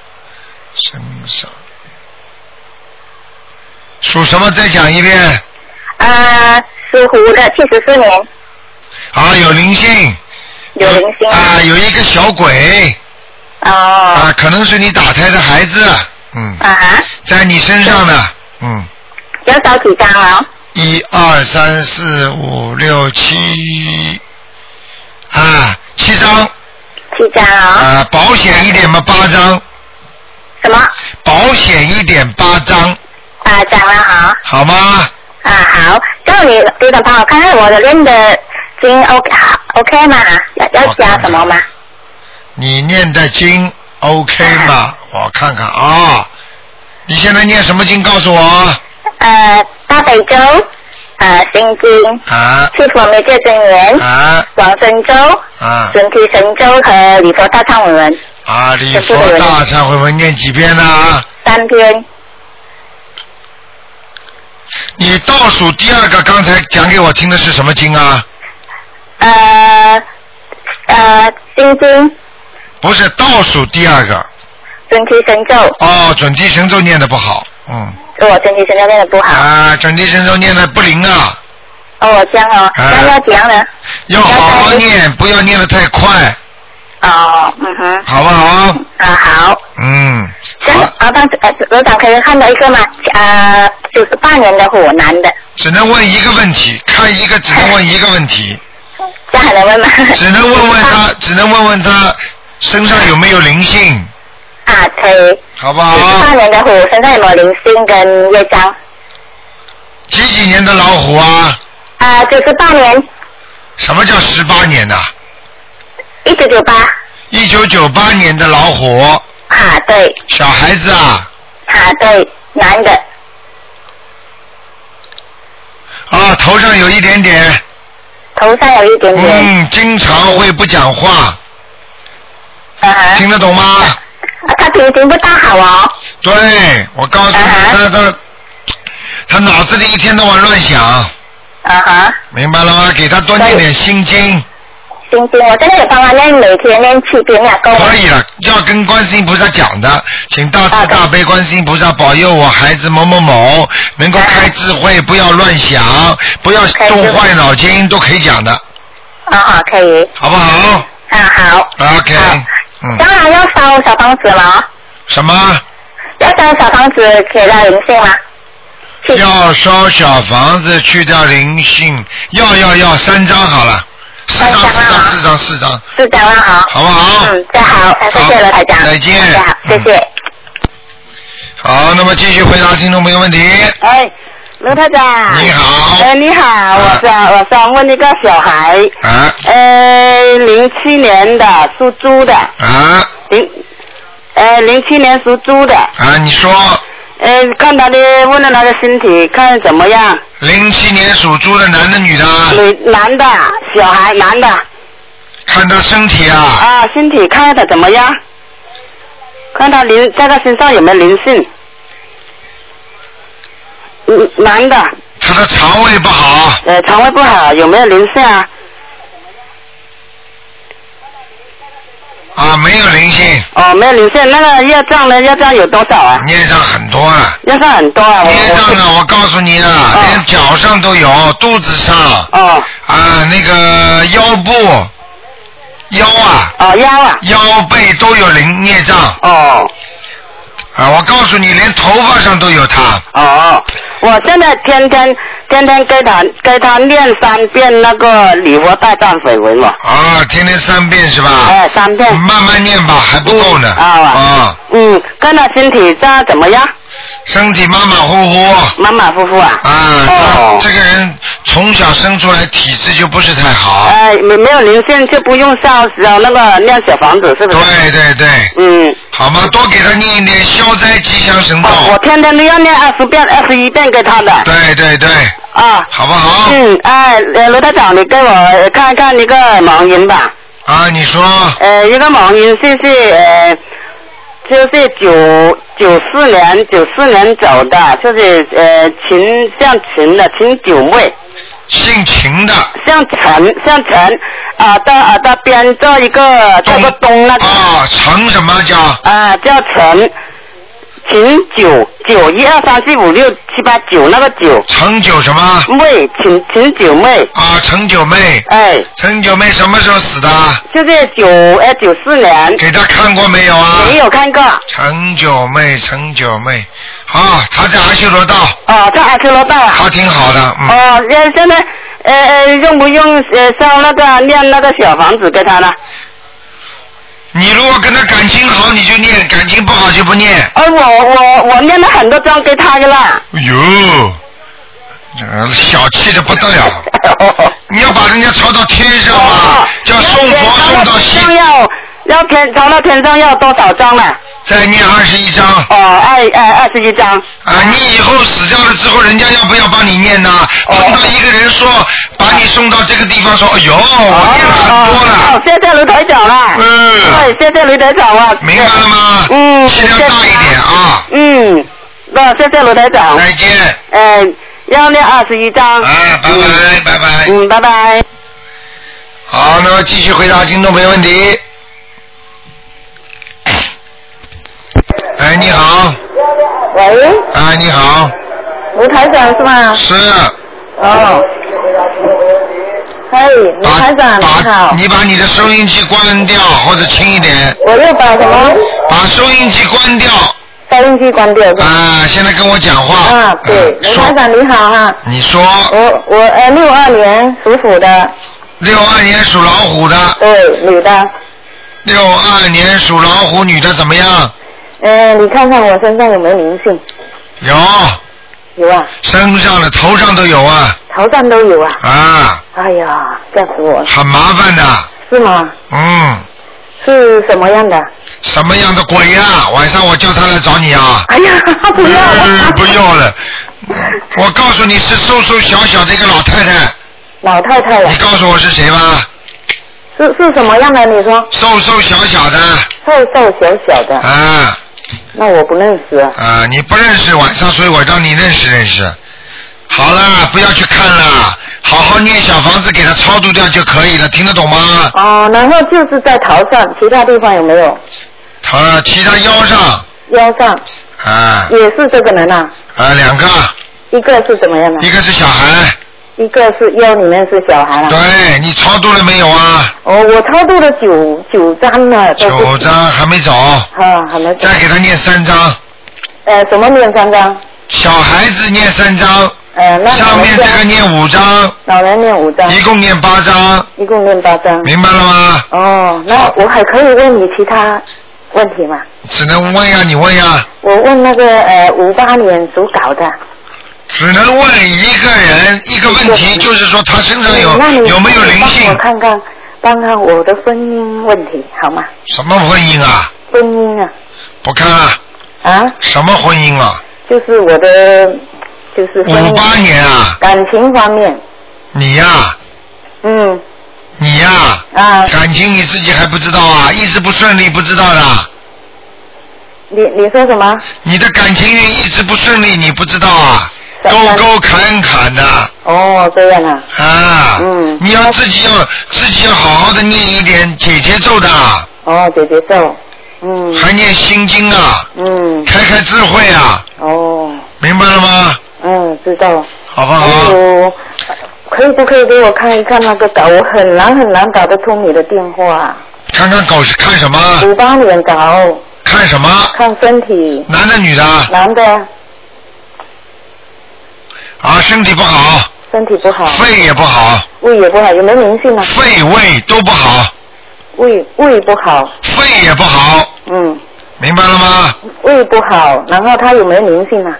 身上属什么？再讲一遍
啊，属虎的，七十四年，
啊，有灵性
有灵性
啊，有一个小鬼哦。啊，可能是你打胎的孩子，嗯，
啊哈，
在你身上的，嗯，
要找几张啊？
一二三四五六七，啊，七张。
七张啊。
啊，保险一点嘛，八张。
什么？
保险一点八张，
啊，讲了好。
好吗？
啊，好，叫你刘总帮我看看我的练的经 OK 好 OK Dạ, 吗？要要加什么吗？
你念的经 OK 吗？我看看啊，你现在念什么经？告诉我
呃，大悲咒，呃，心经，
啊
七佛灭罪真言，
啊
往生咒，
啊
准提神咒和礼佛大忏悔文
啊！礼佛大忏悔文念几遍呢、
三篇。
你倒数第二个刚才讲给我听的是什么经啊？
呃呃，心经、
不是倒数第二个
准提神咒，
哦，准提神咒念的不好，嗯
我准提神咒念的不好，
啊，准提神咒念的不灵啊，
哦，这样哦，
啊
那要怎样呢？
要好好念，不要念的太快，
哦，嗯哼，
好不好？
啊好，
嗯，
行，啊，帮呃，罗长可以看到一个吗？呃，九十八年的虎男的，
只能问一个问题，看一个只能问一个问题，
这样还能问吗？
只能问问他，只能问问他身上有没有灵性，
*laughs* 啊，可以。
好不
九十
好？
八年的虎身上有没有灵性跟业障？
几几年的老虎啊？
啊，九十八年，
什么叫十八年的？
一九九八，
一九九八年的老虎。
啊，对。
小孩子啊，
啊，对，男的，
啊，头上有一点点。
头上有一点
点。嗯，经常会不讲话。
哎
听得懂吗？
啊，他平时不大好
啊
哦。
对，我告诉你，他他他脑子里一天到晚乱想。
啊哈。
明白了吗？给他多念点心经。
心经，我现在有帮他念，每天念七遍呀，够吗
可？以了，要跟观世音菩萨讲的，请大慈大悲观世音菩萨保佑我孩子某某某能够开智慧，不要乱想，不要动坏脑筋，都可以讲的，
啊啊，可以。
好不好？
啊好，
OK，嗯，
当然要烧小房子了哦，
什么？
要烧小房子给到灵性吗？
要烧小房子，去掉灵性，要要要三张好了，四张四张啊四张四张，
是讲了好。
好不好？
嗯，再好，啊谢谢了台长。
再见嗯
好，谢谢。
好，那么继续回答听众朋友问题。
哎，卢台长。
你好。
哎，你好，我想、我想问一个小孩。
啊。
呃，零七年的，属猪的。
啊。
零，呃，零七年属猪的。
啊，你说。
呃，看他的，问问他的身体，看怎么样。
零七年属猪的男的女的？啊
女男的，小孩男的。
看他身体啊。
啊，身体看看他怎么样，看他灵在他身上有没有灵性。嗯，男的。
他的肠胃不好。
呃，肠胃不好，有没有灵性啊？
啊，没有灵性，
哦，没有灵性，那个业障呢？业障有多少啊？
孽障很多啊。
业障很多啊，我
孽障呢，我告诉你啊，连脚上都有，肚子上。
哦。
啊，那个腰部，腰啊。
哦，腰啊。
腰背都有灵孽障。
哦。
啊，我告诉你，连头发上都有它。
哦，我现在天天天天给他给他念三遍那个礼佛大忏悔文了。
啊，天天三遍是吧？
哎，三遍。
慢慢念吧，还不够呢。
啊。
啊。
嗯，看他身体这怎么样？
身体马马虎虎。
马马虎虎啊。
啊，他这个人从小生出来体质就不是太好。
哎，没没有灵性就不用烧烧那个念小房子是不是？
对对对。
嗯。
好吗？多给他念一点消灾吉祥神咒。
我天天都要念二十遍、二十一遍给他的。
对对对，
啊。
好不好？
嗯，哎，呃罗台长，你给我呃看看一个盲人吧。
啊，你说。
呃，一个盲人是是呃，就是九九四年九四年走的，就是呃秦像秦的秦九妹。
姓秦的。
像陈，像陈，啊，到啊到边
哦
做一个做个东那个。
啊，陈什么叫？
啊，叫陈，秦九九一二三四五六七八九那个九。
陈九什么？
妹，秦秦九妹。
啊，陈九妹。
哎。
陈九妹什么时候死的？
就是九哎九四年。
给他看过没有啊？
没有看过。
陈九妹，陈九妹，好，他在阿修罗道。
哦，在阿修罗道啊。
他挺好的，嗯。
哦，那现在呃呃用不用呃烧那个念那个小房子给他呢？
你如果跟他感情好，你就念；感情不好就不念。
哎，我我我念了很多章给他的啦。
哎呦，呃小气的不得
*laughs*
了！你要把人家抄到天上
哦
啊，叫送佛送到西。
要要天朝到天上要多少章了？
再念二十一章。
哦，二呃二十一章。
啊，你以后死掉了之后，人家要不要帮你念呢？
哦
碰到一个人说把你送到这个地方，说哎呦，我念了很多了。
哦，谢谢卢台长
啊
啦。
嗯。
对，谢谢卢台长啊。
明白了吗？
嗯。
气量大一点啊。
嗯，那谢谢卢台长。
再见。
嗯，要念二十一章。
啊，拜拜，拜拜。
嗯，拜拜。
好，那么继续回答听众朋友问题。哎，你好，
喂，
哎，你好，
卢台长是吗？
是，
哦。嘿，哎卢台长你好。
啊你把你的收音机关掉或者轻一点，
我又把什么
把收音机关掉。
收音机关掉？
啊，嗯现在跟我讲话。
啊，对，卢台长你好哈。
你说
我我呃六二年属虎的，
六二年属老虎的，
对，女的，
六二年属老虎女的怎么样？
呃，你看看我身上有没有灵性？
有，
有啊，
身上的、头上都有啊，
头上都有啊。
啊，
哎呀，吓死我了。
很麻烦的，
是吗？
嗯，
是什么样的？
什么样的鬼呀、晚上我叫他来找你
*laughs*
啊。
哎呀，不要
了，嗯不要了，我告诉你是瘦瘦小小的一个老太太，
老太太呀、
你告诉我是谁吧？
是是什么样的？你说
瘦瘦小小的，
瘦瘦小小的，
啊
那我不认识啊。
啊，你不认识晚上，所以我让你认识认识。好了，不要去看了，好好念小房子给他超度掉就可以了，听得懂吗？
哦，然后就是在头上，其他地方有没有？
他骑他腰上，
腰上
啊
也是这个人啊，
啊，两个，
一个是怎么样的？
一个是小孩，
一个是腰里面是小
啊
孩了、啊
对你超度了没有啊？
哦，我超度了九九张了，都是
九张还没走，
啊，还没
再给他念三张，
呃，什么念三张？
小孩子念三张，
呃，那
上面这个念五张，
老人念五张，
一共念八张，
一共念八张。
明白了吗？
哦，那我还可以问你其他问题吗？
只能问
嗯
呀，你问呀，
我问那个呃五八年属狗的，
只能问一个人一个问题，就是说他身上有
嗯那你
哎有没有灵
帮我
性？
看看，帮看我的婚姻问题好吗？
什么婚姻啊？
婚姻啊，
不看了，
啊，
什么婚姻啊？
就是我的就是婚姻
58年啊，
感情方面，
你呀、
嗯
你呀、
啊，
感情你自己还不知道啊，一直不顺利不知道的，
你你说什么？
你的感情运一直不顺利你不知道啊，沟沟坎坎的
哦，这样啊，
啊，
嗯
你要自己要自己要好好的念一点姐姐咒的，
哦，姐姐咒，嗯
还念心经啊，
嗯，
开开智慧啊，
哦，
明白了吗？
嗯，知道了。
好不好？
还有，可以不可以给我看一看那个稿？我很难很难打得通你的电话。
看看狗是看什么？
五八年稿，
看什么？
看身体。
男的女的？
男的，
啊，身体不好，
身体不好，
肺也不好，
胃也不好，有没有灵性啊？
肺胃都不好，
胃胃不好，
肺也不好，
嗯，
明白了吗？
胃不好，然后他有没有灵性啊？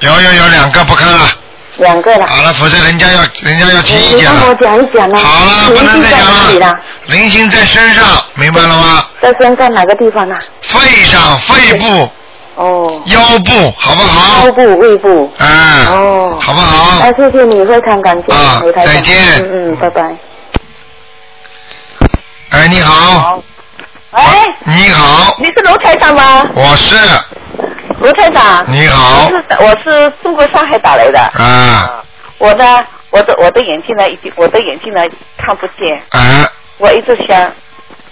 有有有两个不看了，
两个了。
好了，否则人家要人家要提意
你
见
帮我
了。
讲一讲啊。
好了
灵
不能
性
再
在
讲了
哪里啦？
灵性在身上，明白了吗？
在身上哪个地方啊？
肺上、肺部、
哦，
腰部，好不好？
腰部、胃部。
啊，
哦，
好不好？
那谢谢你，非常感谢
啊
卢台长
再见啊
嗯嗯，拜拜。
哎，你好，
喂，
你好，
你是卢台长吗？
我是
卢台长。
你好
我是我是中国上海打来的。
啊
我呢，我的我的眼睛呢，已经我的眼睛呢看不见，
啊，
我一直想，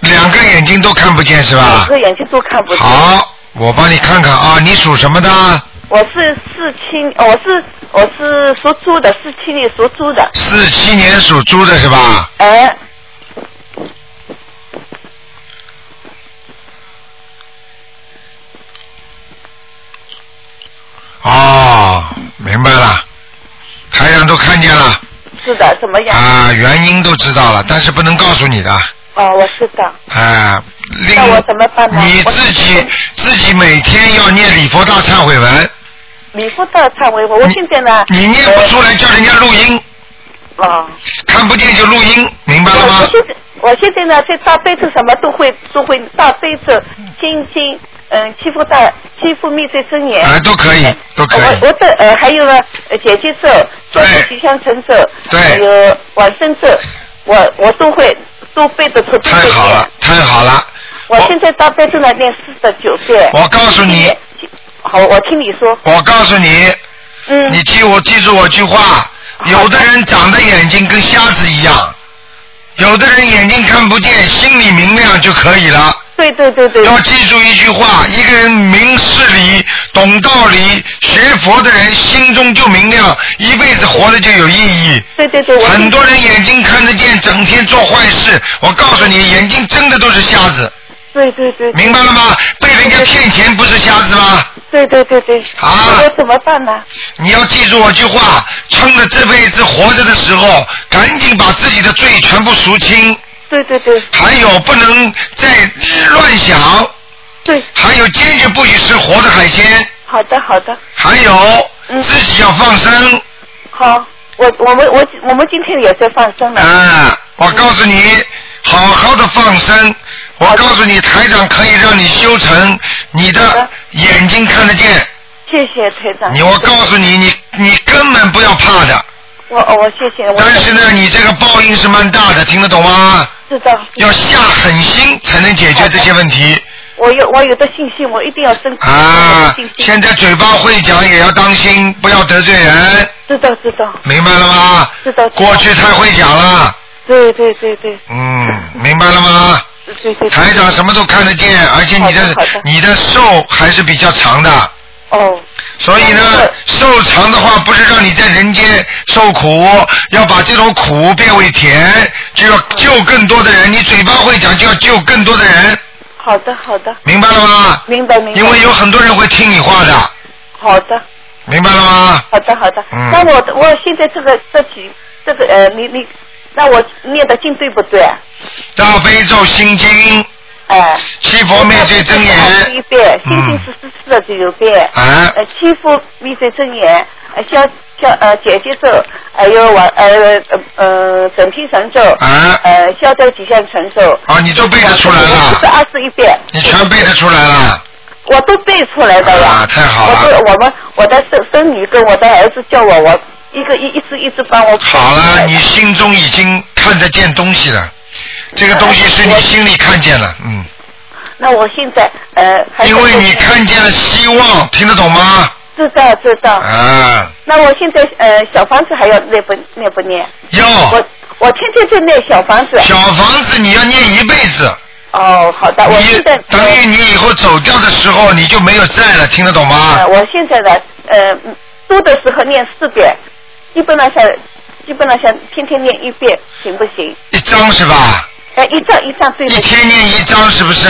两个眼睛都看不见是吧啊
*laughs* 两？个眼睛都看不见。
好，我帮你看看啊，你属什么的？
我是四七，我是我是属猪的，四七年属猪的。
四七年属猪的是吧？
哎，
哦，明白了，台长都看见了
是的，怎么样？
啊，原因都知道了，但是不能告诉你的。
哦，我知道。
啊，另
那我怎么办呢？
你自己自己每天要念礼佛大忏悔文，
你不到忏悔我，我现在呢？
嗯你念不出来叫人家录音，
哦，
看不见就录音，明白了
我
吗？
现在我现在呢，对大悲咒什么都会都会，大悲咒、心经，嗯，七福大七福密罪真言。
啊，都可以，都可以。
哎我我的呃还有呢，呃姐姐咒、消除吉祥神咒，
对
还有往生咒，我我都会都背得出。太好了，
太好了。
我现在大悲咒呢念四十九遍。
我告诉你。
好，我听你说。
我告诉你，
嗯，
你记我记住我句话，有的人长得眼睛跟瞎子一样，有的人眼睛看不见，心里明亮就可以了。
对对对对。
要记住一句话，一个人明事理、懂道理、学佛的人，心中就明亮，一辈子活得就有意义。
对对对，
很多人眼睛看得见，整天做坏事。我告诉你，眼睛真的都是瞎子，
对对对。
明白了吗？被人家骗钱不是瞎子吗？
对对对对。啊。我怎么办呢？
你要记住我句话，趁着这辈子活着的时候，赶紧把自己的罪全部赎清。
对对对。
还有不能再乱想。
对。
还有坚决不许吃活的海鲜。
好的好的。
还有自己要放生。
好，我我们我我们今天也在放生了。
啊，我告诉你，好好的放生。我告诉你，台长可以让你修成你的眼睛看得见。
谢谢台长。
你，我告诉你，你你根本不要怕的。
我哦我谢谢我。
但是呢，你这个报应是蛮大的，听得懂吗？
知道。
要下狠心才能解决这些问题
我有我有的信心，我一定要争取。
啊！现在嘴巴会讲，也要当心，不要得罪人，
知道知道
明白了吗？
知道。
过去太会讲了，
对对对对
嗯，明白了吗？
对对对。
台长什么都看得见，而且你
好的
的
好的
你的寿还是比较长的，
哦，
所以呢，寿长的话不是让你在人间受苦，要把这种苦变为甜，就要救更多的人。你嘴巴会讲，就要救更多的人，
好的好的。
明白了吗？
明白明白。
因为有很多人会听你话的，
好的。
明白了吗？
好的好的，
嗯
那我我现在这个这几这个呃，你你，那我念的经对不对？
大悲咒心经，
哎，
七佛灭罪真言，
一遍，心经是四四十九遍，
啊
呃，七佛灭罪真言，呃，消消呃解结咒，还有往呃呃呃整批神咒，
啊
呃消灾吉祥神咒，
啊，你都背得出来了，
是二十一遍，
你全背得出来了，
我都背出来的了。
啊，太好了。
我都我们我的孙孙女跟我的儿子叫我，我一个一一直一直帮我。
好了，你心中已经看得见东西了，这个东西是你心里看见了，嗯，
那我现在呃，还是
因为你看见了希望，听得懂吗？
知道知道。
啊，
那我现在呃，小房子还要念不念不念？
要
我我天天就念小房子。
小房子你要念一辈子。
哦，好的，我
你
现在
等于你以后走掉的时候，你就没有债了，听得懂吗
呃，？我现在呢，呃，多的时候念四遍，基本上想基本上想天天念一遍，行不行？
一张是吧？
呃，一张一张对不对？一
天念一张是不是？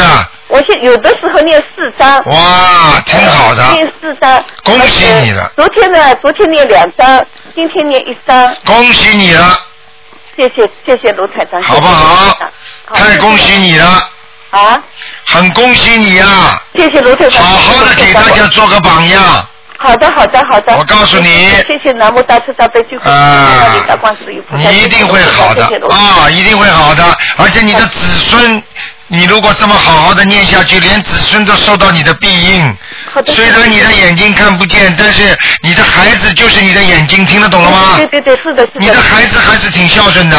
我现有的时候念四张。
哇，哦挺好的
念四张。
恭喜你了
呃昨天呢，昨天念两张，今天念一张。
恭喜你了，
谢谢谢谢卢台长。
好不好？太恭喜你了，
啊，
很恭喜你啊！
谢谢卢台长。
好好的给大家做个榜样。
好的，好的，好的。我
告诉你啊
谢谢南无大慈大悲救苦救难救大观世音菩萨。
你一定会好的
谢谢卢台长
啊，一定会好的。而且你的子孙，你如果这么好好的念下去，连子孙都受到你的庇应。虽然你的眼睛看不见，但是你的孩子就是你的眼睛，听得懂了吗
对？对对，是的，是的。
你的孩子还是挺孝顺的，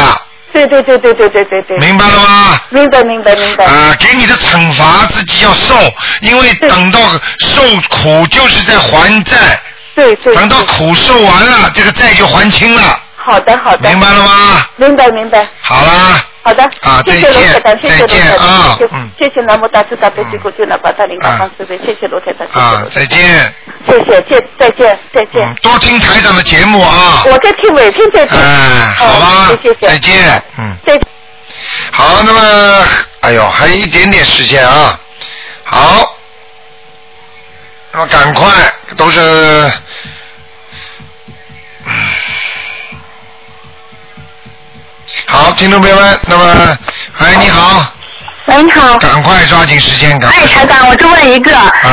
对对对对对对对对。
明白了吗？
明白明白明白。
啊，给你的惩罚自己要受，因为等到受苦就是在还债。
对对。
等到苦受完了，这个债就还清了。
好的好的。
明白了吗？
明白明白。
好啦，
好的，
啊
谢
再
谢卢
见
台长，谢谢
再
卢
见
台
啊
长，谢谢
嗯
谢谢南无大慈大悲救苦救难广大灵感方慈悲，谢谢卢台长，
啊，再见，
谢谢，见再见再见。
嗯多听台长的节目啊。
我在听，每天在听。
哎，好吧，再见，嗯，
再
好，那么，哎呦，还有一点点时间啊，好，那么赶快，都是。嗯好，听众朋友们，那么，哎，你好，
喂，你好。
赶快抓紧时间，赶快
哎，台长，我就问一个，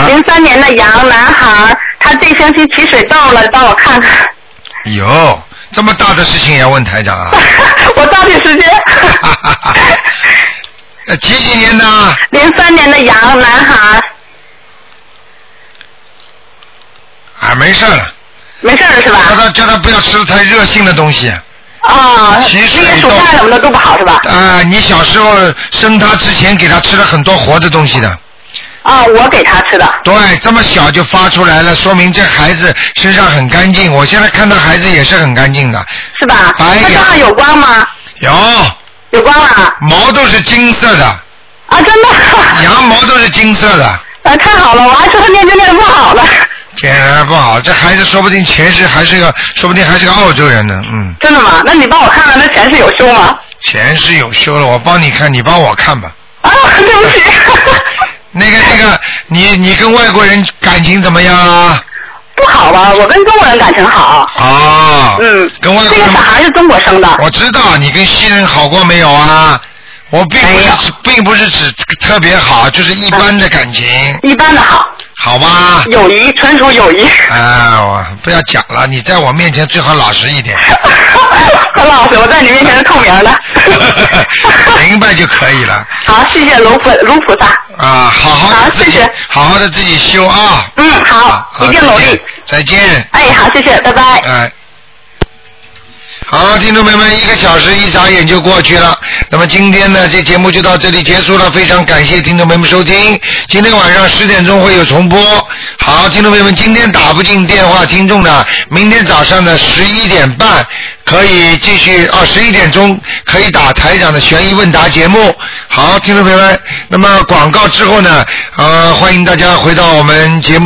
零三年的羊男孩，他这星期起水痘了，帮我看看。 *laughs*
有这么大的事情也要问台长
*laughs*
啊？
我抓紧时 *laughs* 间。
呃，几几年的？
零三年的羊男孩，
啊，没事了。
没事了是吧？
叫
*laughs*
他叫他不要吃太热性的东西。
哦，
其实
那个煮饭什么的都不好是吧？
啊、你小时候生他之前给他吃了很多活的东西的。
啊、我给他吃的。
对，这么小就发出来了，说明这孩子身上很干净。我现在看到孩子也是很干净的。
是吧？
白
他身上有光吗？
有。
有光了。
毛都是金色的。
啊，真的。
羊毛都是金色的。
*laughs* 啊，太好了，我还说他念经念的不好呢。
显然不好，这孩子说不定前世还是个，说不定还是个澳洲人呢，嗯。
真的吗？那你帮我看看他前世有修吗？
前世有修了，我帮你看，你帮我看吧。
啊，对不起。 *laughs*
那个那个，你你跟外国人感情怎么样啊？
不好吧？我跟中国人感情好。
哦。
嗯。
跟外国人。这个小
孩是中国生的。
我知道，你跟西人好过没有啊？我并不是指并不是指特别好，就是一般的感情。
一般的好。
好吧。
友谊，纯属友谊。 *laughs*
啊，我不要讲了，你在我面前最好老实一
*laughs*
点。
很老实，我在你面前是透明的。
明白就可以了。
好，谢谢卢菩卢菩萨。
啊，好好的自己，好好的自己修啊。
嗯，好，
好
一定努
再
力
见。再见。
哎，好，谢谢，拜拜。
哎。好，听众朋友们，一个小时一眨眼就过去了。那么今天呢，这节目就到这里结束了。非常感谢听众朋友们收听，今天晚上十点钟会有重播。好，听众朋友们，今天打不进电话听众呢，明天早上的十一点半可以继续，哦，十一点钟可以打台长的悬疑问答节目。好，听众朋友们，那么广告之后呢，呃，欢迎大家回到我们节目中。